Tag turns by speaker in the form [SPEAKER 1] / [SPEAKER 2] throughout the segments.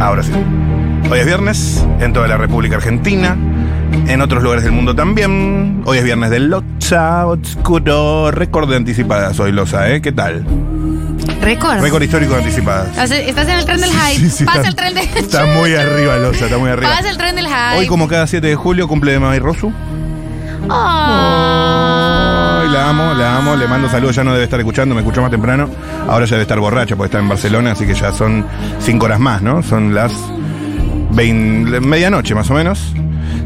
[SPEAKER 1] Ahora sí. Hoy es viernes en toda la República Argentina, en otros lugares del mundo también. Hoy es viernes de Locha, Oscuro, récord de anticipadas hoy, Loza, ¿eh? ¿Qué tal?
[SPEAKER 2] Récord.
[SPEAKER 1] Récord histórico de anticipadas.
[SPEAKER 2] O sea, estás en Ah. el tren del hype.
[SPEAKER 1] Sí, sí,
[SPEAKER 2] Pasa
[SPEAKER 1] está-
[SPEAKER 2] el tren del
[SPEAKER 1] Está muy arriba, Loza, está muy arriba.
[SPEAKER 2] Pasa el tren del hype.
[SPEAKER 1] Hoy, como cada 7 de julio, cumple de May Rosu. Ay,
[SPEAKER 2] Ay,
[SPEAKER 1] la amo, la amo, le mando saludos, ya no debe estar escuchando, me escuchó más temprano. Ahora ya debe estar borracha porque está en Barcelona, así que ya son cinco horas más, ¿no? Son las vein- la medianoche más o menos.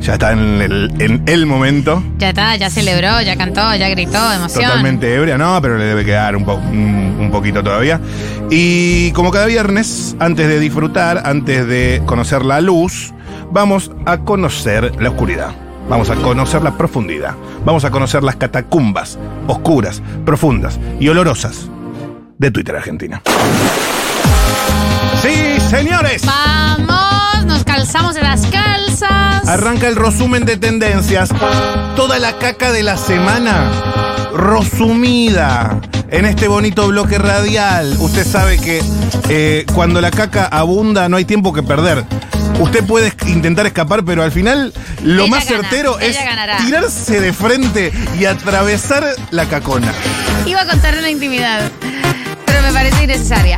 [SPEAKER 1] Ya está en el, en el momento.
[SPEAKER 2] Ya está, ya celebró, ya cantó, ya gritó, emoción.
[SPEAKER 1] Totalmente ebria, no, pero le debe quedar un, po- un- un poquito todavía. Y como cada viernes, antes de disfrutar, antes de conocer la luz, vamos a conocer la oscuridad. Vamos a conocer la profundidad. Vamos a conocer las catacumbas oscuras, profundas y olorosas de Twitter Argentina. Sí, señores.
[SPEAKER 2] Vamos, nos calzamos de las calzas.
[SPEAKER 1] Arranca el resumen de tendencias. Toda la caca de la semana resumida en este bonito bloque radial. Usted sabe que eh, cuando la caca abunda no hay tiempo que perder. Usted puede es- intentar escapar, pero al final lo
[SPEAKER 2] Ella
[SPEAKER 1] más
[SPEAKER 2] gana,
[SPEAKER 1] certero
[SPEAKER 2] ella
[SPEAKER 1] es
[SPEAKER 2] ganará.
[SPEAKER 1] tirarse de frente y atravesar la cacona.
[SPEAKER 2] Iba a contar una intimidad, pero me parece innecesaria.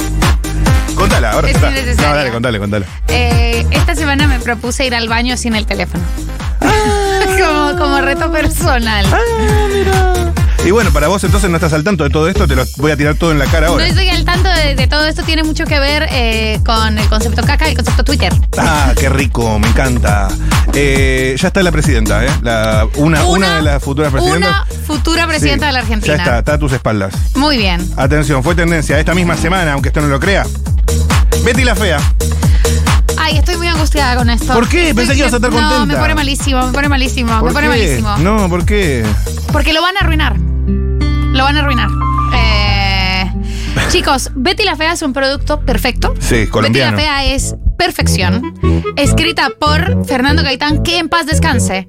[SPEAKER 1] Contala, ahora
[SPEAKER 2] Es
[SPEAKER 1] está.
[SPEAKER 2] innecesario.
[SPEAKER 1] No, dale, contale, contale.
[SPEAKER 2] Eh, esta semana me propuse ir al baño sin el teléfono.
[SPEAKER 1] Ah,
[SPEAKER 2] como, como reto personal.
[SPEAKER 1] Y bueno, para vos entonces no estás al tanto de todo esto, te lo voy a tirar todo en la cara ahora.
[SPEAKER 2] No estoy al tanto de, de todo esto, tiene mucho que ver eh, con el concepto caca y el concepto Twitter.
[SPEAKER 1] Ah, qué rico, me encanta. Eh, ya está la presidenta, ¿eh? La- una, una, de las futuras presidentas.
[SPEAKER 2] Una futura
[SPEAKER 1] Sí,
[SPEAKER 2] presidenta de la Argentina.
[SPEAKER 1] Ya está, está a tus espaldas.
[SPEAKER 2] Muy bien.
[SPEAKER 1] Atención, fue tendencia esta misma semana, aunque esto no lo crea. Betty la Fea.
[SPEAKER 2] Ay, estoy muy angustiada con esto.
[SPEAKER 1] ¿Por qué? Pensé
[SPEAKER 2] Estoy-
[SPEAKER 1] que ibas a estar
[SPEAKER 2] No, me
[SPEAKER 1] contenta.
[SPEAKER 2] pone malísimo, me pone malísimo, me
[SPEAKER 1] ¿Por
[SPEAKER 2] pone
[SPEAKER 1] qué?
[SPEAKER 2] malísimo.
[SPEAKER 1] No, ¿por qué?
[SPEAKER 2] Porque lo van a arruinar. Lo van a arruinar. Eh, chicos, Betty la Fea es un producto perfecto.
[SPEAKER 1] Sí, colombiano.
[SPEAKER 2] Betty la Fea es perfección. Escrita por Fernando Gaitán, que en paz descanse.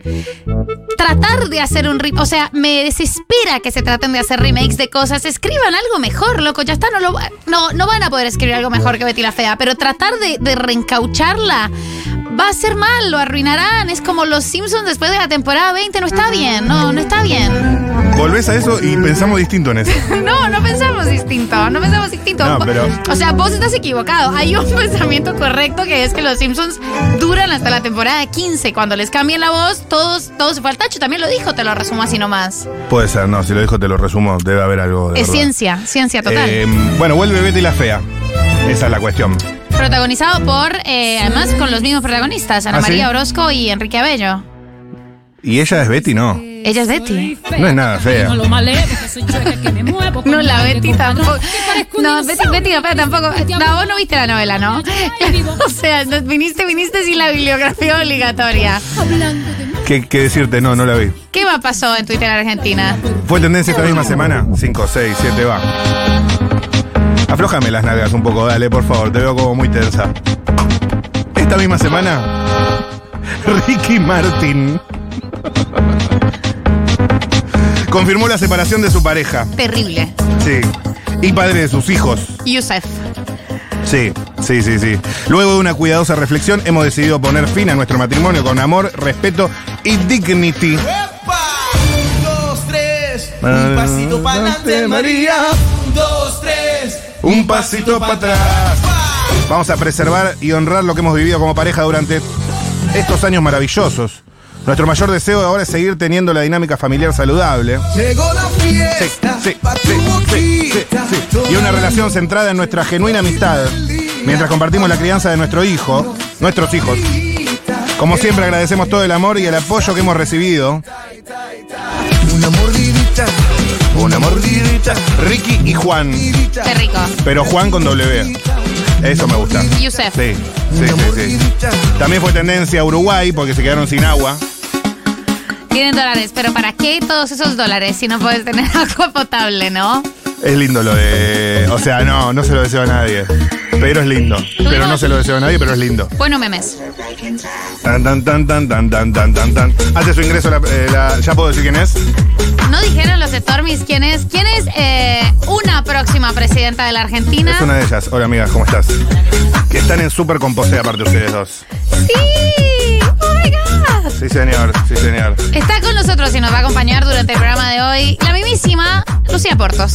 [SPEAKER 2] Tratar de hacer un remake. O sea, me desespera que se traten de hacer remakes de cosas. Escriban algo mejor, loco. Ya está, no lo va- no, no van a poder escribir algo mejor que Betty la Fea. Pero tratar de, de reencaucharla. Va a ser mal, lo arruinarán. Es como los Simpsons después de la temporada 20. No está bien, no, no está bien.
[SPEAKER 1] Volvés a eso y pensamos distinto en eso.
[SPEAKER 2] No, no pensamos distinto, no pensamos distinto.
[SPEAKER 1] No, pero-
[SPEAKER 2] O sea, vos estás equivocado. Hay un pensamiento correcto que es que los Simpsons duran hasta la temporada 15. Cuando les cambian la voz, todos, todos se fue al tacho. También lo dijo, te lo resumo así nomás.
[SPEAKER 1] Puede ser, no, si lo dijo te lo resumo, debe haber algo de
[SPEAKER 2] es
[SPEAKER 1] verdad.
[SPEAKER 2] ciencia, ciencia total.
[SPEAKER 1] Eh, bueno, vuelve Betty la Fea. Esa es la cuestión.
[SPEAKER 2] Protagonizado por, eh, además, con los mismos protagonistas, Ana
[SPEAKER 1] ¿Ah, sí?
[SPEAKER 2] María Orozco y Enrique Abello.
[SPEAKER 1] Y ella es Betty, ¿no?
[SPEAKER 2] Ella es Betty.
[SPEAKER 1] No es nada fea.
[SPEAKER 3] No lo malé, porque soy chueca que me muevo.
[SPEAKER 2] No, la Betty tampoco. No, Betty,
[SPEAKER 3] Betty.
[SPEAKER 2] Betty la Fea tampoco. No, vos no viste la novela, ¿no? O sea, no- viniste, viniste sin la bibliografía obligatoria.
[SPEAKER 1] ¿Qué, ¿Qué decirte? No, no la vi.
[SPEAKER 2] ¿Qué más pasó en Twitter Argentina?
[SPEAKER 1] Fue tendencia esta misma semana. 5, 6, 7 va. Aflójame las nalgas un poco, dale, por favor. Te veo como muy tensa. Esta misma semana, Ricky Martin confirmó la separación de su pareja.
[SPEAKER 2] Terrible.
[SPEAKER 1] Sí. Y padre de sus hijos.
[SPEAKER 2] Yusef.
[SPEAKER 1] Sí, sí, sí, sí. Luego de una cuidadosa reflexión, hemos decidido poner fin a nuestro matrimonio con amor, respeto y dignity.
[SPEAKER 4] Un, dos, tres, un pasito para adelante, María. Un, dos, tres,
[SPEAKER 1] Un pasito para atrás. Vamos a preservar y honrar lo que hemos vivido como pareja durante estos años maravillosos. Nuestro mayor deseo ahora es seguir teniendo la dinámica familiar saludable.
[SPEAKER 4] llegó la
[SPEAKER 1] Sí,
[SPEAKER 4] fiesta.
[SPEAKER 1] sí,
[SPEAKER 4] pa' tu
[SPEAKER 1] sí, sí, sí,
[SPEAKER 4] boquita.
[SPEAKER 1] sí. Y una relación centrada en nuestra genuina amistad. Mientras compartimos la crianza de nuestro hijo, nuestros hijos. Como siempre agradecemos todo el amor y el apoyo que hemos recibido.
[SPEAKER 4] Una mordidita, una mordidita.
[SPEAKER 1] Ricky y Juan.
[SPEAKER 2] Qué rico.
[SPEAKER 1] Pero Juan con W. Eso me gusta. Sí,
[SPEAKER 2] Yusef.
[SPEAKER 1] sí,
[SPEAKER 4] Una
[SPEAKER 1] sí, sí.
[SPEAKER 4] mordidita.
[SPEAKER 1] También fue tendencia a Uruguay porque se quedaron sin agua.
[SPEAKER 2] Tienen dólares, pero ¿para qué todos esos dólares si no puedes tener agua potable, no?
[SPEAKER 1] Es lindo lo de. O sea, no, no se lo deseo a nadie. Pero es lindo. Pero no se lo deseo a nadie, pero es lindo.
[SPEAKER 2] Bueno, memes.
[SPEAKER 1] Tan, tan, tan, tan, tan, tan, tan, tan, tan. Antes de su ingreso, la- eh, la- ya puedo decir quién es.
[SPEAKER 2] No dijeron los Stormies quién es. ¿Quién es eh, una próxima presidenta de la Argentina?
[SPEAKER 1] Es una de ellas. Hola, amigas, ¿cómo estás? Que están en súper compose, aparte ustedes dos.
[SPEAKER 2] ¡Sí! ¡Oh, my God!
[SPEAKER 1] Sí, señor, sí, señor.
[SPEAKER 2] Está con nosotros y nos va a acompañar durante el programa de hoy la mismísima Lucía Portos.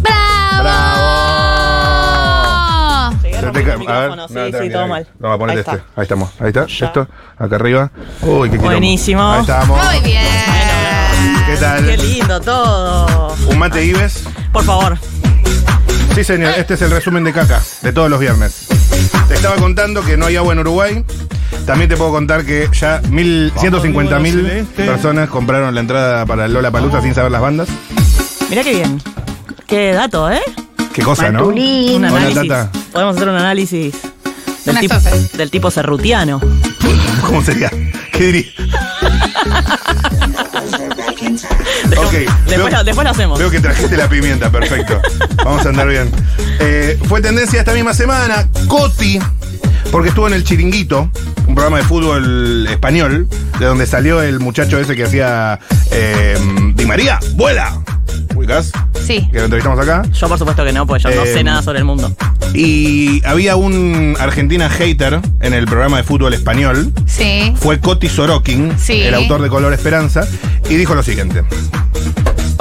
[SPEAKER 2] ¡Bravo!
[SPEAKER 1] Yo
[SPEAKER 5] Agarra
[SPEAKER 1] te
[SPEAKER 5] un
[SPEAKER 1] ca-
[SPEAKER 5] poquito el micrófono,
[SPEAKER 1] no,
[SPEAKER 5] sí,
[SPEAKER 1] tengo
[SPEAKER 5] sí,
[SPEAKER 1] que-
[SPEAKER 5] todo mal.
[SPEAKER 1] Toma, ponete
[SPEAKER 5] Ahí
[SPEAKER 1] este.
[SPEAKER 5] está.
[SPEAKER 1] Ahí estamos. Ahí está.
[SPEAKER 5] Ya.
[SPEAKER 1] Esto, acá arriba. Uy, qué quilombo.
[SPEAKER 5] Buenísimo.
[SPEAKER 1] Ahí estamos.
[SPEAKER 2] Muy bien.
[SPEAKER 1] ¿Qué
[SPEAKER 5] Qué
[SPEAKER 1] tal?
[SPEAKER 5] lindo todo.
[SPEAKER 1] Un mate Ives.
[SPEAKER 5] Por favor.
[SPEAKER 1] Sí, señor, este es el resumen de caca de todos los viernes. Te estaba contando que no hay agua en Uruguay. También te puedo contar que ya mil- 150.000 personas compraron la entrada para Lola Palusa sin saber las bandas.
[SPEAKER 5] Mirá qué bien. Qué dato, ¿eh?
[SPEAKER 1] Qué cosa, ¿no?
[SPEAKER 5] Un
[SPEAKER 1] Hola,
[SPEAKER 5] análisis.
[SPEAKER 1] Tata.
[SPEAKER 5] Podemos hacer un análisis del,
[SPEAKER 2] Una
[SPEAKER 5] tipo,
[SPEAKER 2] sofe.
[SPEAKER 5] del tipo serrutiano.
[SPEAKER 1] ¿Cómo sería? ¿Qué diría? Ok,
[SPEAKER 5] Después,
[SPEAKER 1] veo-
[SPEAKER 5] lo, después lo hacemos.
[SPEAKER 1] Veo que trajiste la pimienta, perfecto. Vamos a andar bien. Eh, fue tendencia esta misma semana, Coti, porque estuvo en el Chiringuito, un programa de fútbol español, de donde salió el muchacho ese que hacía eh, Di María, vuela. ¿Ubicás?
[SPEAKER 2] Sí.
[SPEAKER 1] Que lo entrevistamos acá.
[SPEAKER 5] Yo por supuesto que no, porque yo no
[SPEAKER 1] Eh,
[SPEAKER 5] sé nada sobre el mundo.
[SPEAKER 1] Y había un Argentina hater en el programa de fútbol español.
[SPEAKER 2] Sí.
[SPEAKER 1] Fue Coti Sorokin,
[SPEAKER 2] Sí.
[SPEAKER 1] el autor de Color Esperanza, y dijo lo siguiente.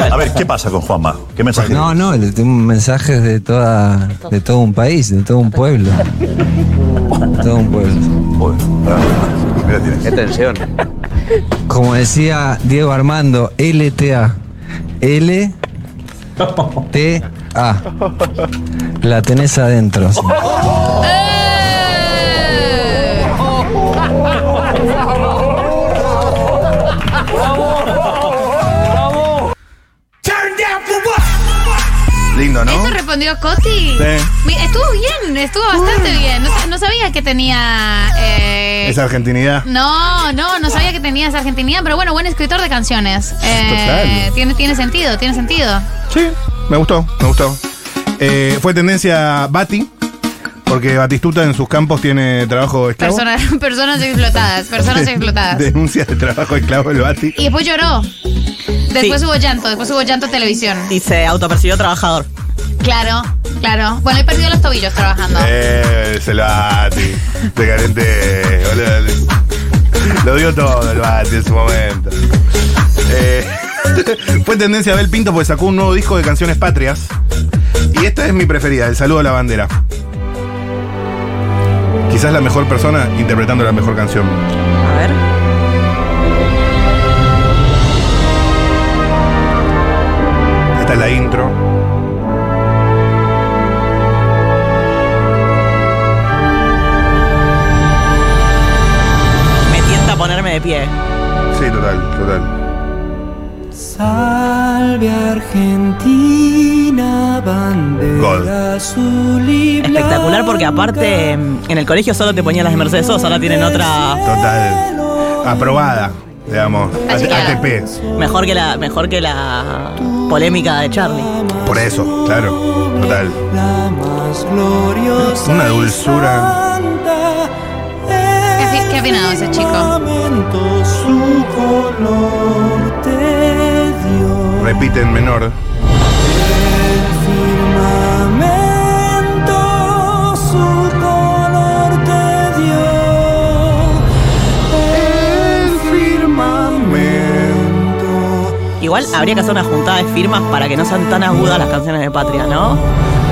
[SPEAKER 6] A ver, ¿qué pasa con Juanma? ¿Qué mensaje?
[SPEAKER 7] No, no, el- un mensaje de toda, de todo un país, de todo un pueblo. Todo un pueblo.
[SPEAKER 6] Uy, pará. Ahí la tienes.
[SPEAKER 7] Como decía Diego Armando, LTA. L T A. La tenés adentro.
[SPEAKER 2] ¡Eh!
[SPEAKER 1] Lindo, ¿no?
[SPEAKER 2] Eso respondió Coti.
[SPEAKER 1] Sí.
[SPEAKER 2] Mi- Estuvo bien, estuvo bastante bien. No, sa- no sabía que tenía. eh,
[SPEAKER 1] Esa argentinidad.
[SPEAKER 2] No, no, no sabía que tenía esa argentinidad, pero bueno, buen escritor de canciones. Eh,
[SPEAKER 1] Total.
[SPEAKER 2] Tiene, tiene sentido, tiene sentido.
[SPEAKER 1] Sí, me gustó, me gustó. Eh, fue tendencia Bati, porque Batistuta en sus campos tiene trabajo esclavo.
[SPEAKER 2] Personas, personas explotadas, personas explotadas.
[SPEAKER 1] Denuncia de trabajo esclavo el Bati.
[SPEAKER 2] Y después lloró. Después
[SPEAKER 5] Sí.
[SPEAKER 2] hubo llanto, después hubo llanto en televisión.
[SPEAKER 5] Y se autopercibió trabajador.
[SPEAKER 2] Claro, claro. Bueno, él perdió los tobillos trabajando.
[SPEAKER 1] Eh, es el Bati. Te calenté. boludo. Lo dio todo el Bati en su momento. Eh, fue tendencia Abel Pinto porque sacó un nuevo disco de canciones patrias. Y esta es mi preferida, El saludo a la bandera. Quizás la mejor persona interpretando la mejor canción.
[SPEAKER 5] A ver.
[SPEAKER 1] Esta es la intro.
[SPEAKER 5] Me tienta a ponerme de pie.
[SPEAKER 1] Sí, total, total.
[SPEAKER 8] Salve Argentina,
[SPEAKER 1] Gol.
[SPEAKER 8] bandera azul y blanca.
[SPEAKER 5] Espectacular porque aparte mm, en el colegio solo te ponían las de Mercedes Sosa, ahora tienen otra
[SPEAKER 1] Total. Aprobada, digamos. AT-
[SPEAKER 2] Achicada.
[SPEAKER 1] ATP.
[SPEAKER 5] mejor que la mejor que la polémica de Charlie.
[SPEAKER 1] Por eso, claro. Total.
[SPEAKER 8] La más gloriosa
[SPEAKER 1] Una
[SPEAKER 8] y
[SPEAKER 1] dulzura.
[SPEAKER 8] santa
[SPEAKER 2] afi-
[SPEAKER 8] es
[SPEAKER 2] qué afinado ese chico.
[SPEAKER 8] firmamento, Su color te dio.
[SPEAKER 1] Repite en menor.
[SPEAKER 8] Firmamento, su color te dio. El firmamento.
[SPEAKER 5] Igual habría que hacer una juntada de firmas para que no sean tan agudas las canciones de Patria, ¿no?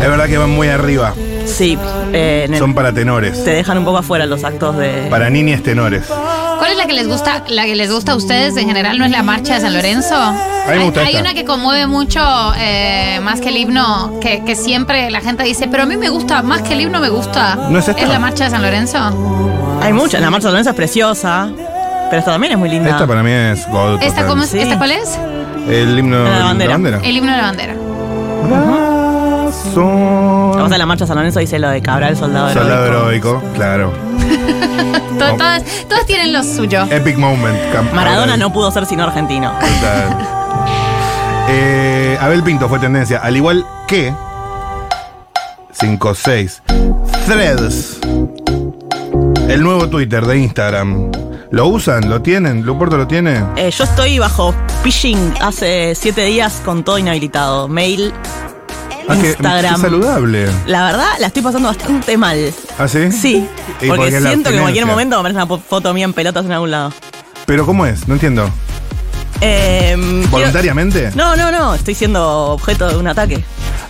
[SPEAKER 1] Es verdad que van muy arriba.
[SPEAKER 5] Sí, eh, en el-
[SPEAKER 1] Son para tenores.
[SPEAKER 5] te dejan un poco afuera los actos de...
[SPEAKER 1] Para niñas tenores.
[SPEAKER 2] ¿Cuál es la que les gusta, la que les gusta a ustedes en general? ¿No es la marcha de San Lorenzo?
[SPEAKER 1] mí me
[SPEAKER 2] Hay,
[SPEAKER 1] gusta
[SPEAKER 2] hay
[SPEAKER 1] esta.
[SPEAKER 2] una que conmueve mucho eh, más que el himno, que, que siempre la gente dice, pero a mí me gusta, más que el himno me gusta.
[SPEAKER 1] ¿No es esta?
[SPEAKER 2] la marcha de San Lorenzo?
[SPEAKER 5] Hay muchas, la marcha de Lorenzo es preciosa, pero esta también es muy linda.
[SPEAKER 1] Esta para mí es God.
[SPEAKER 2] ¿Esta,
[SPEAKER 1] total.
[SPEAKER 2] cómo es?
[SPEAKER 5] Sí.
[SPEAKER 2] ¿Esta cuál es? Eh.
[SPEAKER 1] El himno de
[SPEAKER 5] La
[SPEAKER 1] la
[SPEAKER 5] bandera.
[SPEAKER 1] bandera.
[SPEAKER 2] El himno de la bandera.
[SPEAKER 5] Lo que pasa es que
[SPEAKER 1] Son.
[SPEAKER 5] la marcha de San Lorenzo dice lo de Cabral, soldado
[SPEAKER 1] Soldado
[SPEAKER 5] heroico.
[SPEAKER 1] heroico, claro.
[SPEAKER 2] To-
[SPEAKER 1] Oh.
[SPEAKER 2] todas, todas tienen lo suyo.
[SPEAKER 1] Epic moment. camp-
[SPEAKER 5] Maradona no pudo ser sino argentino.
[SPEAKER 1] Total. Eh, Abel Pinto fue tendencia, al igual que 5, 6 Threads. El nuevo Twitter de Instagram. ¿Lo usan? ¿Lo tienen? ¿Luporto lo tiene?
[SPEAKER 5] Eh, yo estoy bajo phishing hace siete días con todo inhabilitado. Mail,
[SPEAKER 1] Ah, que-
[SPEAKER 5] Instagram.
[SPEAKER 1] qué saludable.
[SPEAKER 5] La verdad, la estoy pasando bastante mal.
[SPEAKER 1] ¿Ah, sí?
[SPEAKER 5] Sí,
[SPEAKER 1] Y
[SPEAKER 5] porque
[SPEAKER 1] porque es la
[SPEAKER 5] siento que en
[SPEAKER 1] abstinencia.
[SPEAKER 5] cualquier momento me aparece una po- foto mía en pelotas en algún lado.
[SPEAKER 1] ¿Pero cómo es? No entiendo.
[SPEAKER 5] Eh, quiero-
[SPEAKER 1] ¿Voluntariamente?
[SPEAKER 5] No, no, no, estoy siendo objeto de un ataque.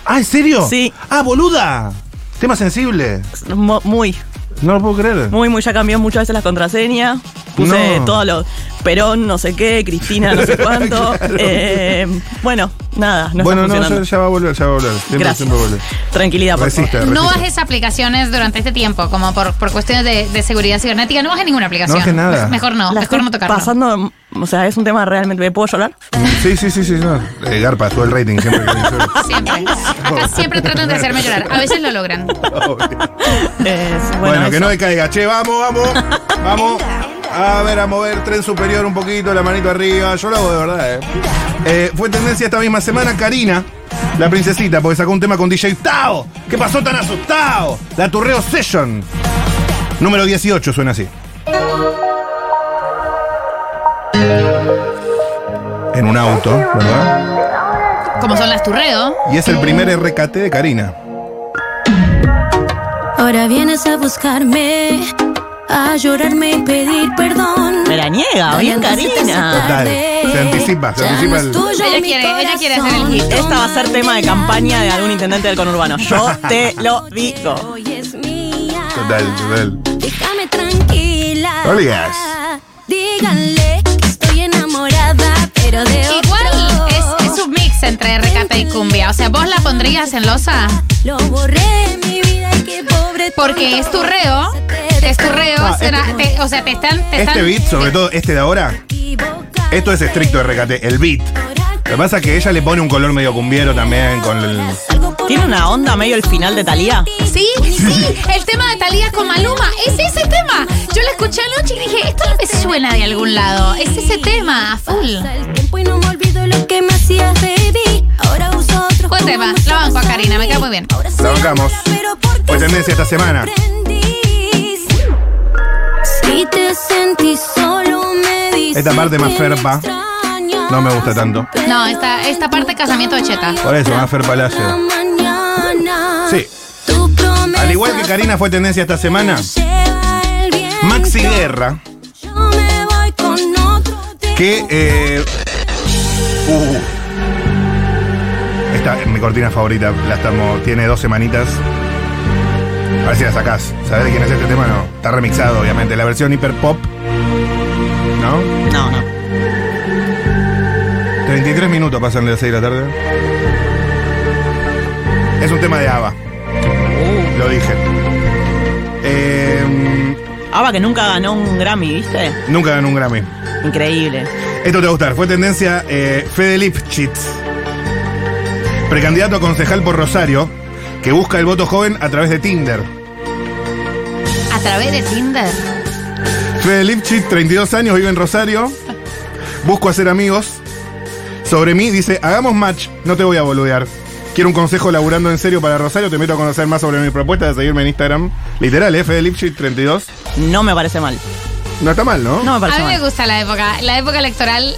[SPEAKER 1] ¿Ah, en serio?
[SPEAKER 5] Sí.
[SPEAKER 1] ¡Ah, boluda! Tema sensible.
[SPEAKER 5] Mo- Muy,
[SPEAKER 1] No lo puedo creer.
[SPEAKER 5] muy, muy, ya cambió muchas veces las contraseñas. Puse
[SPEAKER 1] No.
[SPEAKER 5] todos los Perón, no sé qué, Cristina, no sé cuánto.
[SPEAKER 1] Claro.
[SPEAKER 5] Eh, bueno, nada, no
[SPEAKER 1] bueno,
[SPEAKER 5] está
[SPEAKER 1] no, ya,
[SPEAKER 5] funcionando.
[SPEAKER 1] ya va a volver, ya va a volver. Siempre,
[SPEAKER 5] Gracias.
[SPEAKER 1] siempre vuelve.
[SPEAKER 5] Tranquilidad, por favor.
[SPEAKER 1] Resiste, resiste.
[SPEAKER 2] No bajes aplicaciones durante este tiempo, como por, por cuestiones de, de seguridad cibernética. No bajes ninguna aplicación.
[SPEAKER 1] No bajes nada.
[SPEAKER 2] Me- Mejor no,
[SPEAKER 5] La
[SPEAKER 2] mejor no
[SPEAKER 5] estoy
[SPEAKER 2] tocarlo.
[SPEAKER 5] Pasando, o sea, es un tema realmente. ¿Me puedo llorar?
[SPEAKER 1] Sí, sí, sí, sí. No. Eh, Garpa, sube el rating siempre. que viene solo.
[SPEAKER 2] Siempre. Acá siempre tratan de hacerme llorar. A veces lo logran.
[SPEAKER 5] Eh,
[SPEAKER 1] Bueno, que
[SPEAKER 5] eso.
[SPEAKER 1] no decaiga. Che, vamos, vamos. Vamos. A ver, a mover tren superior un poquito, la manito arriba. Yo lo hago de verdad, eh. Eh, fue tendencia esta misma semana Karina, la princesita, porque sacó un tema con DJ Tao. ¿Qué pasó tan asustado? La Turreo Session. Número 18 suena así. En un auto, ¿verdad?
[SPEAKER 2] Como son las Turreo.
[SPEAKER 1] Y es el primer RKT de Karina.
[SPEAKER 9] Ahora vienes a buscarme, a llorarme y pedir perdón.
[SPEAKER 5] Me la niega, bien Karina.
[SPEAKER 1] Total, se anticipa, se anticipa el-
[SPEAKER 2] Ella quiere- ella quiere hacer el hit.
[SPEAKER 5] Esta va a ser tema de campaña de algún intendente del conurbano. Yo te lo digo.
[SPEAKER 1] Total, total.
[SPEAKER 9] Déjame tranquila.
[SPEAKER 1] Olvídate.
[SPEAKER 9] Díganle que estoy enamorada, pero de
[SPEAKER 2] Igual
[SPEAKER 9] otro.
[SPEAKER 2] es, es un mix entre recata y cumbia. O sea, ¿vos la pondrías en losa?
[SPEAKER 9] Lo borré de mi vida y qué pobre
[SPEAKER 2] Porque es turreo. Es turreo.
[SPEAKER 1] Ah,
[SPEAKER 2] será-
[SPEAKER 1] este-
[SPEAKER 2] te- o sea, te están. Te
[SPEAKER 1] Este
[SPEAKER 2] están-
[SPEAKER 1] beat, sobre todo este de ahora, esto es estricto RKT, el beat. Lo que pasa es que ella le pone un color medio cumbiero también con el...
[SPEAKER 5] Tiene una onda medio el final de Thalía.
[SPEAKER 2] Sí, sí, el tema de Talía con Maluma, es ese tema. Yo lo escuché anoche y dije, esto me suena de algún lado. Es ese tema, a full.
[SPEAKER 9] Pasa el tiempo y no me olvido lo que me hacías, baby. Ahora uso otro
[SPEAKER 2] Buen tema,
[SPEAKER 9] como
[SPEAKER 2] la banco a
[SPEAKER 9] soy.
[SPEAKER 2] Karina, me cae muy bien.
[SPEAKER 9] Ahora soy
[SPEAKER 1] La bancamos.
[SPEAKER 9] otra, pero ¿por qué
[SPEAKER 1] Fue tendencia esta
[SPEAKER 9] solo
[SPEAKER 1] semana.
[SPEAKER 9] me aprendís? Si te sentís solo, me dices
[SPEAKER 1] Esta parte más
[SPEAKER 9] que
[SPEAKER 1] ferpa.
[SPEAKER 9] me extrañas,
[SPEAKER 1] No me gusta tanto.
[SPEAKER 2] No, esta, esta parte de casamiento de Cheta.
[SPEAKER 1] Por eso, más Fer
[SPEAKER 9] La
[SPEAKER 1] Palacio.
[SPEAKER 9] mañana,
[SPEAKER 1] Sí.
[SPEAKER 9] tu promesa
[SPEAKER 1] Al igual que Karina fue tendencia esta semana,
[SPEAKER 9] lleva el viento.
[SPEAKER 1] Maxi Guerra,
[SPEAKER 9] Yo me voy con otro, te
[SPEAKER 1] que... eh, uh, esta es mi cortina favorita, la estamos... Tiene dos semanitas. A ver si la sacás. ¿Sabés de quién es este tema? No. Está remixado, obviamente. La versión hiper pop. ¿No?
[SPEAKER 5] No, no.
[SPEAKER 1] 33 minutos pasan de las 6 de la tarde. Es un tema de ABBA. Lo dije. Eh,
[SPEAKER 5] Ava que nunca ganó un Grammy, ¿viste?
[SPEAKER 1] nunca ganó un Grammy.
[SPEAKER 5] Increíble.
[SPEAKER 1] Esto te va a gustar. Fue tendencia eh, Fede Lipschitz, precandidato a concejal por Rosario, que busca el voto joven a través de Tinder.
[SPEAKER 2] A través de Tinder.
[SPEAKER 1] Fede Lipschitz, 32 años, vive en Rosario. Busco hacer amigos. Sobre mí dice, hagamos match, no te voy a boludear. Quiero un consejo laburando en serio para Rosario, te meto a conocer más sobre mi propuesta de seguirme en Instagram. Literal, ¿eh? Fede Lipschitz, 32.
[SPEAKER 5] No me parece mal.
[SPEAKER 1] No está mal, ¿no?
[SPEAKER 5] No me
[SPEAKER 2] A
[SPEAKER 5] parece
[SPEAKER 2] mí me
[SPEAKER 5] mal.
[SPEAKER 2] gusta la época. La época electoral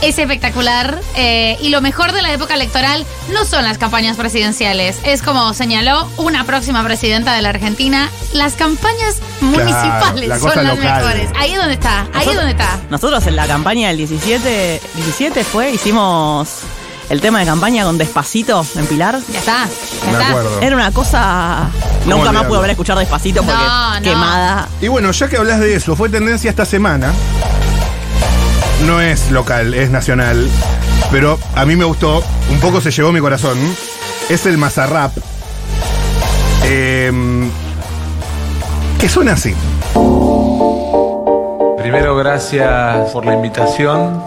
[SPEAKER 2] es espectacular. eh, y lo mejor de la época electoral no son las campañas presidenciales. Es como señaló una próxima presidenta de la Argentina, las campañas municipales
[SPEAKER 1] la cosa
[SPEAKER 2] son las
[SPEAKER 1] local.
[SPEAKER 2] mejores. Ahí es donde está, ahí es
[SPEAKER 5] Nosotros-
[SPEAKER 2] donde está.
[SPEAKER 5] Nosotros en la campaña del 17, 17 fue, hicimos el tema de campaña con Despacito en Pilar.
[SPEAKER 2] Ya está, ya
[SPEAKER 1] Me
[SPEAKER 2] está.
[SPEAKER 1] acuerdo.
[SPEAKER 5] Era una cosa...
[SPEAKER 1] Ah. ¿Cómo
[SPEAKER 5] Nunca más
[SPEAKER 1] olvidarlo?
[SPEAKER 5] pude volver a escuchar Despacito porque
[SPEAKER 2] No, no.
[SPEAKER 5] quemada.
[SPEAKER 1] Y bueno, ya que hablas de eso, fue tendencia esta semana. No es local, es nacional. Pero a mí me gustó, un poco se llevó mi corazón. Es el Mazarrap. Em, que suena así.
[SPEAKER 10] Primero, gracias por la invitación.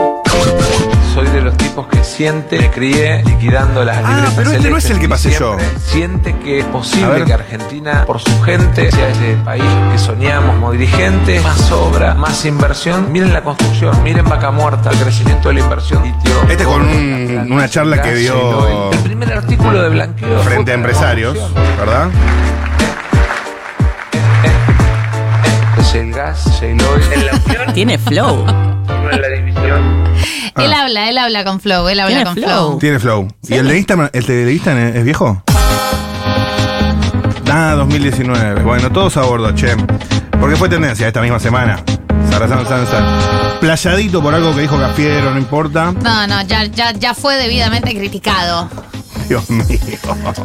[SPEAKER 10] Soy de los tipos tiempos que siente, me crié liquidando las
[SPEAKER 1] Ah,
[SPEAKER 10] libretas
[SPEAKER 1] pero este no es
[SPEAKER 10] celestes
[SPEAKER 1] el que pasé
[SPEAKER 10] y
[SPEAKER 1] yo.
[SPEAKER 10] siempre Siente que es
[SPEAKER 1] A
[SPEAKER 10] posible
[SPEAKER 1] ver.
[SPEAKER 10] que Argentina, por su gente, sea ese país que soñamos como dirigente, más obra, más inversión. Miren la construcción, miren Vaca Muerta, el crecimiento de la inversión. litio,
[SPEAKER 1] Este con
[SPEAKER 10] cobre,
[SPEAKER 1] un-
[SPEAKER 10] plata,
[SPEAKER 1] una charla que
[SPEAKER 10] gas,
[SPEAKER 1] dio-
[SPEAKER 10] El primer artículo de blanqueo. fue
[SPEAKER 1] Frente a
[SPEAKER 10] para la
[SPEAKER 1] empresarios,
[SPEAKER 10] construcción.
[SPEAKER 1] ¿verdad?
[SPEAKER 10] Es el gas, es el oil. En la opción,
[SPEAKER 5] Tiene flow.
[SPEAKER 10] no en la división.
[SPEAKER 2] Él habla, él habla con flow, él habla
[SPEAKER 5] Tiene
[SPEAKER 2] con flow.
[SPEAKER 5] flow.
[SPEAKER 1] Tiene flow. ¿Y el de Instagram, el de Instagram es, es viejo? Ah, 2019. Bueno, todos a bordo, che. Porque fue tendencia esta misma semana. Sarazán, san, san. Playadito por algo que dijo Cafiero, no importa.
[SPEAKER 2] No, no, ya, ya, ya fue debidamente criticado.
[SPEAKER 1] Dios mío.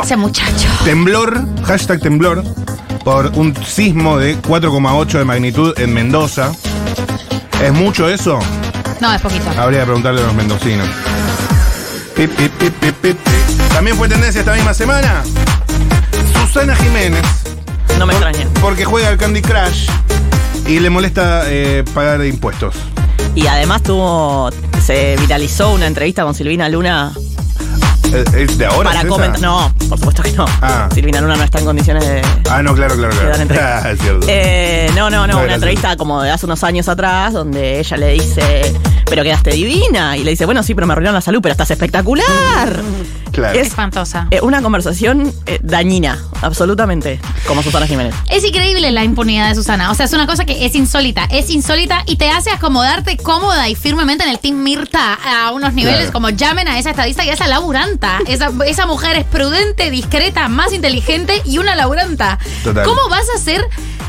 [SPEAKER 2] Ese muchacho.
[SPEAKER 1] Temblor, hashtag temblor, por un sismo de 4,8 de magnitud en Mendoza. ¿Es mucho eso?
[SPEAKER 2] No, es poquito.
[SPEAKER 1] Habría que preguntarle a los mendocinos. Pip, pip, pip, pip, pip. También fue tendencia esta misma semana. Susana Jiménez,
[SPEAKER 5] No me extraña.
[SPEAKER 1] porque juega al Candy Crush y le molesta eh, pagar impuestos.
[SPEAKER 5] Y además tuvo. Se viralizó una entrevista con Silvina Luna
[SPEAKER 1] Eh, ¿Es de ahora?
[SPEAKER 5] para
[SPEAKER 1] es esa?
[SPEAKER 5] comentar. No, por supuesto que no.
[SPEAKER 1] Ah.
[SPEAKER 5] Silvina Luna no está en condiciones de.
[SPEAKER 1] Ah, no, claro, claro,
[SPEAKER 5] Quedan
[SPEAKER 1] claro.
[SPEAKER 5] entre-
[SPEAKER 1] Ah, es cierto.
[SPEAKER 5] Eh, no, no, no,
[SPEAKER 1] No,
[SPEAKER 5] una
[SPEAKER 1] gracias.
[SPEAKER 5] entrevista como de hace unos años atrás donde ella le dice, pero quedaste divina. Y le dice, bueno, sí, pero me arruinaron la salud, pero estás espectacular.
[SPEAKER 1] claro.
[SPEAKER 5] es-
[SPEAKER 2] Espantosa.
[SPEAKER 5] Eh, una conversación eh, dañina, absolutamente, como Susana Jiménez.
[SPEAKER 2] Es increíble la impunidad de Susana. O sea, es una cosa que es insólita. Es insólita y te hace acomodarte cómoda y firmemente en el Team Mirta a unos niveles
[SPEAKER 1] Claro.
[SPEAKER 2] como llamen a esa estadista y a esa laburanta. Esa, esa mujer es prudente, discreta, más inteligente y una laburanta.
[SPEAKER 1] Total.
[SPEAKER 2] ¿Cómo vas a ser?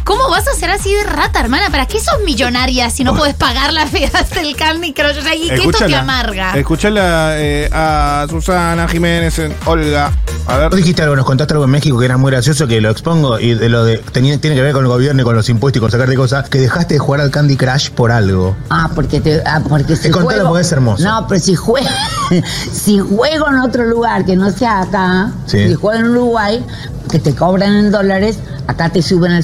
[SPEAKER 2] ¿Cómo vas a ser así de rata, hermana? ¿Para qué sos millonaria si no puedes pagar las vidas del Candy Crush? O sea, ¿y qué esto te
[SPEAKER 1] Escuchala.
[SPEAKER 2] amarga?
[SPEAKER 1] Escuchala eh, a Susana Jiménez en Olga. A ver.
[SPEAKER 11] Vos dijiste algo, nos contaste algo en México que era muy gracioso, que lo expongo, y de lo de tenía- tiene que ver con el gobierno y con los impuestos y con sacarte cosas, que dejaste de jugar al Candy Crush por algo. Eh,
[SPEAKER 12] Ah, porque te, ah, porque si
[SPEAKER 11] contalo
[SPEAKER 12] juego,
[SPEAKER 11] porque es hermoso.
[SPEAKER 12] No, pero si juego, si juego en otro lugar que no sea acá,
[SPEAKER 11] Sí.
[SPEAKER 12] si juego en Uruguay, que te cobran en dólares, acá te suben el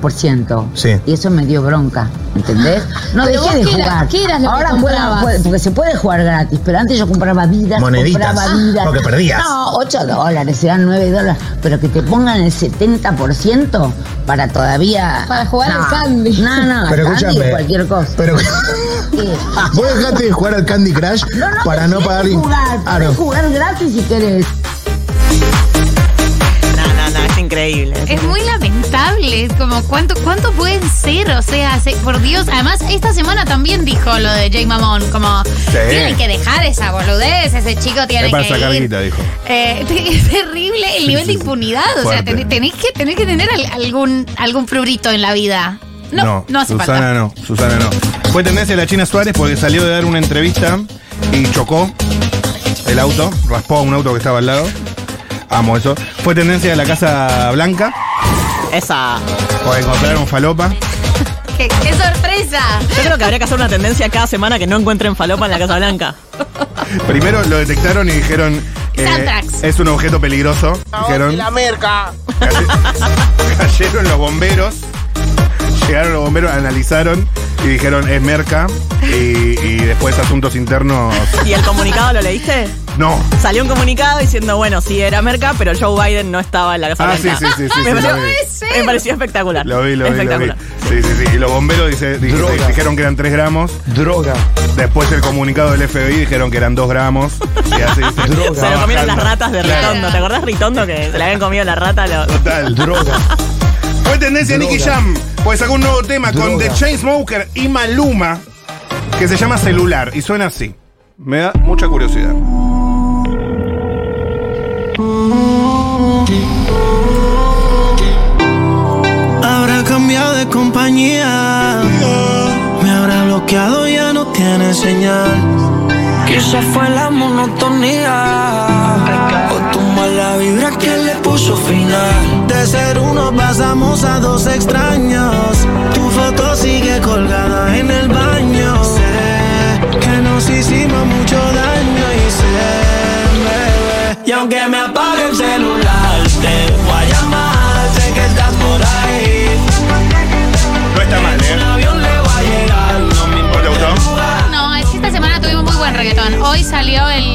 [SPEAKER 12] 70%.
[SPEAKER 11] Sí.
[SPEAKER 12] Y eso me dio bronca, ¿entendés? No
[SPEAKER 13] Pero vos
[SPEAKER 12] dejé de
[SPEAKER 13] qué eras-
[SPEAKER 12] jugar.
[SPEAKER 13] qué eras lo que
[SPEAKER 12] Ahora puedo-
[SPEAKER 13] comprabas?
[SPEAKER 12] puedo- porque se puede jugar gratis, pero antes yo compraba vidas,
[SPEAKER 11] Moneditas,
[SPEAKER 12] compraba vidas.
[SPEAKER 11] porque perdías.
[SPEAKER 12] No, 8 dólares, eran 9 dólares, pero que te pongan el 70% para todavía
[SPEAKER 13] Para jugar
[SPEAKER 12] no,
[SPEAKER 11] Ah.
[SPEAKER 13] al Candy.
[SPEAKER 12] No, no,
[SPEAKER 11] Pero
[SPEAKER 12] al Candy
[SPEAKER 11] escúchame.
[SPEAKER 12] o cualquier cosa.
[SPEAKER 11] Pero
[SPEAKER 12] Sí.
[SPEAKER 11] vos dejaste de jugar al Candy Crush
[SPEAKER 12] No, no,
[SPEAKER 11] para no pagar im-
[SPEAKER 12] jugar,
[SPEAKER 11] Ah, no.
[SPEAKER 12] podés jugar gratis si querés.
[SPEAKER 5] No, no, no, es increíble.
[SPEAKER 2] Es muy lamentable, es como cuánto, cuánto pueden ser, o sea, se- por Dios. Además, esta semana también dijo lo de Jay Mamón, como tienen que dejar esa boludez, ese chico tiene
[SPEAKER 1] Es para
[SPEAKER 2] que
[SPEAKER 1] sacar
[SPEAKER 2] ir.
[SPEAKER 1] guita, dijo.
[SPEAKER 2] Eh, te- es terrible el
[SPEAKER 1] Sí,
[SPEAKER 2] nivel
[SPEAKER 1] sí,
[SPEAKER 2] de
[SPEAKER 1] sí.
[SPEAKER 2] impunidad, o sea,
[SPEAKER 1] Fuerte.
[SPEAKER 2] ten- tenés que, tenés que tener al- algún, algún prurito en la vida. No, no, hace
[SPEAKER 1] Susana
[SPEAKER 2] falta.
[SPEAKER 1] no, Susana no. Fue tendencia la China Suárez porque salió de dar una entrevista y chocó el auto, raspó a un auto que estaba al lado. Amo eso. Fue tendencia de la Casa Blanca
[SPEAKER 5] Esa.
[SPEAKER 1] porque encontraron falopa.
[SPEAKER 2] ¡Qué, qué sorpresa!
[SPEAKER 5] Yo creo que habría que hacer una tendencia cada semana que no encuentren falopa en la Casa Blanca.
[SPEAKER 1] Primero lo detectaron y dijeron. eh,
[SPEAKER 2] Antrax.
[SPEAKER 1] es un objeto peligroso. Dijeron. La Cayeron los bomberos. Llegaron los bomberos, analizaron y dijeron es merca. Y, y después asuntos internos.
[SPEAKER 5] ¿Y el comunicado lo leíste?
[SPEAKER 1] No.
[SPEAKER 5] Salió un comunicado diciendo, bueno, sí era merca, pero Joe Biden no estaba en la Casa
[SPEAKER 1] Ah, sí,
[SPEAKER 5] Blanca.
[SPEAKER 1] sí, sí, sí,
[SPEAKER 5] me,
[SPEAKER 1] sí,
[SPEAKER 5] pareció,
[SPEAKER 1] lo vi.
[SPEAKER 5] me pareció espectacular.
[SPEAKER 1] Lo vi, lo vi, lo vi.
[SPEAKER 5] espectacular.
[SPEAKER 1] Sí, sí, sí. Y los bomberos dice- dije-
[SPEAKER 6] Droga.
[SPEAKER 1] dijeron que eran 3 gramos.
[SPEAKER 6] Droga.
[SPEAKER 1] Después el comunicado del FBI dijeron que eran 2 gramos. Y así.
[SPEAKER 6] Droga.
[SPEAKER 5] Se lo comieron las ratas de
[SPEAKER 1] Claro.
[SPEAKER 5] Ritondo. ¿Te acordás Ritondo que se le habían comido la rata? Lo-
[SPEAKER 1] Total.
[SPEAKER 6] Droga.
[SPEAKER 1] Fue tendencia
[SPEAKER 6] Droga.
[SPEAKER 1] Nicky Jam, pues sacó un nuevo tema
[SPEAKER 6] Droga.
[SPEAKER 1] con The Chainsmoker y Maluma, que se llama Celular, y suena así. Me da mucha curiosidad.
[SPEAKER 8] Habrá cambiado de compañía. Me habrá bloqueado, ya no tiene señal. Quizás fue la monotonía. O tu mala vibra que le puso final. De ser uno pasamos a dos extraños. Tu foto sigue colgada en el baño. Sé que nos hicimos mucho daño y sé, bebé. Y aunque me apague el celular, te voy a llamar. Sé que estás por ahí.
[SPEAKER 1] No está mal, ¿eh?
[SPEAKER 8] Un avión le va a llegar. No me
[SPEAKER 1] ¿No te gustó?
[SPEAKER 2] No, es que esta semana tuvimos muy buen reggaetón. Hoy salió el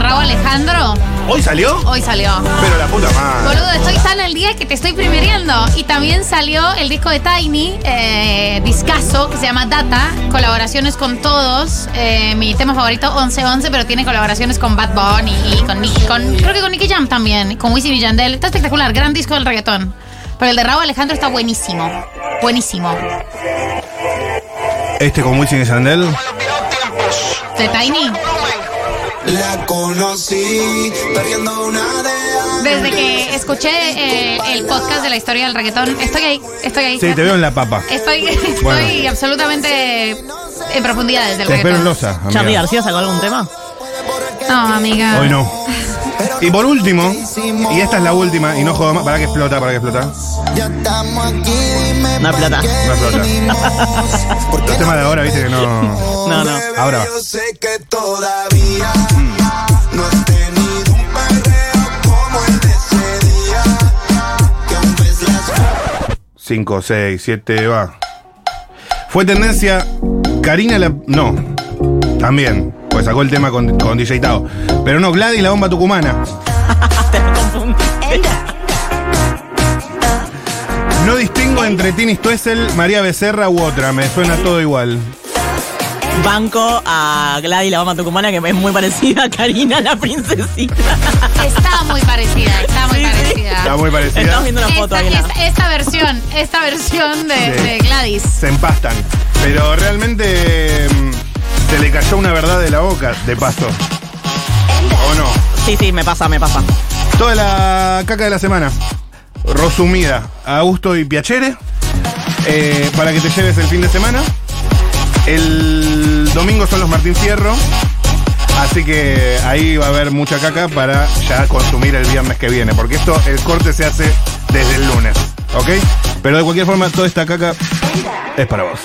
[SPEAKER 2] Raúl Alejandro.
[SPEAKER 1] ¿Hoy salió?
[SPEAKER 2] Hoy salió.
[SPEAKER 1] Pero la puta madre.
[SPEAKER 2] Boludo, estoy tan al día que te estoy primereando. Y también salió el disco de Tiny, eh, discazo, que se llama Data, colaboraciones con todos. Eh, mi tema favorito, 1111, pero tiene colaboraciones con Bad Bunny y con Nicky, con, creo que con Nicky Jam también, y con Wisin y Yandel. Está espectacular, gran disco del reggaetón. Pero el de Raúl Alejandro está buenísimo, buenísimo.
[SPEAKER 1] Este con Wisin y Sandel.
[SPEAKER 2] De Tiny.
[SPEAKER 8] La conocí perdiendo una de
[SPEAKER 2] Desde que escuché eh, el podcast de la historia del reggaetón, estoy ahí, estoy ahí.
[SPEAKER 1] Sí, te veo en la papa.
[SPEAKER 2] Estoy, estoy
[SPEAKER 1] Bueno.
[SPEAKER 2] absolutamente eh, en profundidades del
[SPEAKER 1] Te espero en
[SPEAKER 2] reggaetón.
[SPEAKER 1] Losa. amiga.
[SPEAKER 5] Charlie García sacó algún tema.
[SPEAKER 2] No, amiga.
[SPEAKER 1] Hoy no. Y por último, y esta es la última, y no jodo más, para que explota, para que explota.
[SPEAKER 8] Ya estamos aquí, dime
[SPEAKER 5] No hay plata.
[SPEAKER 1] No explota. Los temas de ahora, viste que no.
[SPEAKER 5] No, no.
[SPEAKER 1] Ahora va. Mm.
[SPEAKER 8] Yo sé que todavía no has tenido un perreo como el de ese día. Que aún ves las
[SPEAKER 1] 5, 6, 7, va. Fue tendencia Karina la. No. También. Pues sacó el tema con, con DJ Tao. Pero no, Gladys la bomba tucumana. No distingo entre Tini Stoessel, María Becerra u otra. Me suena todo igual.
[SPEAKER 5] Banco a Gladys la mamá tucumana que es muy parecida a Karina la princesita.
[SPEAKER 2] Está muy parecida, está muy parecida.
[SPEAKER 1] Está muy
[SPEAKER 5] Estamos
[SPEAKER 1] parecida.
[SPEAKER 5] viendo una foto
[SPEAKER 2] Esta,
[SPEAKER 5] ahí. ¿no?
[SPEAKER 2] esta- esta versión, esta versión de,
[SPEAKER 1] Sí.
[SPEAKER 2] de Gladys.
[SPEAKER 1] Se empastan. Pero realmente. mm, Se le cayó una verdad de la boca, de paso. ¿O no?
[SPEAKER 5] Sí, sí, me pasa, me pasa.
[SPEAKER 1] Toda la caca de la semana. Resumida. a Augusto y Piacere. eh, para que te lleves el fin de semana. El domingo son los Martín Fierro. Así que ahí va a haber mucha caca para ya consumir el viernes que viene. Porque esto, el corte se hace desde el lunes. ¿Ok? Pero de cualquier forma, toda esta caca es para vos.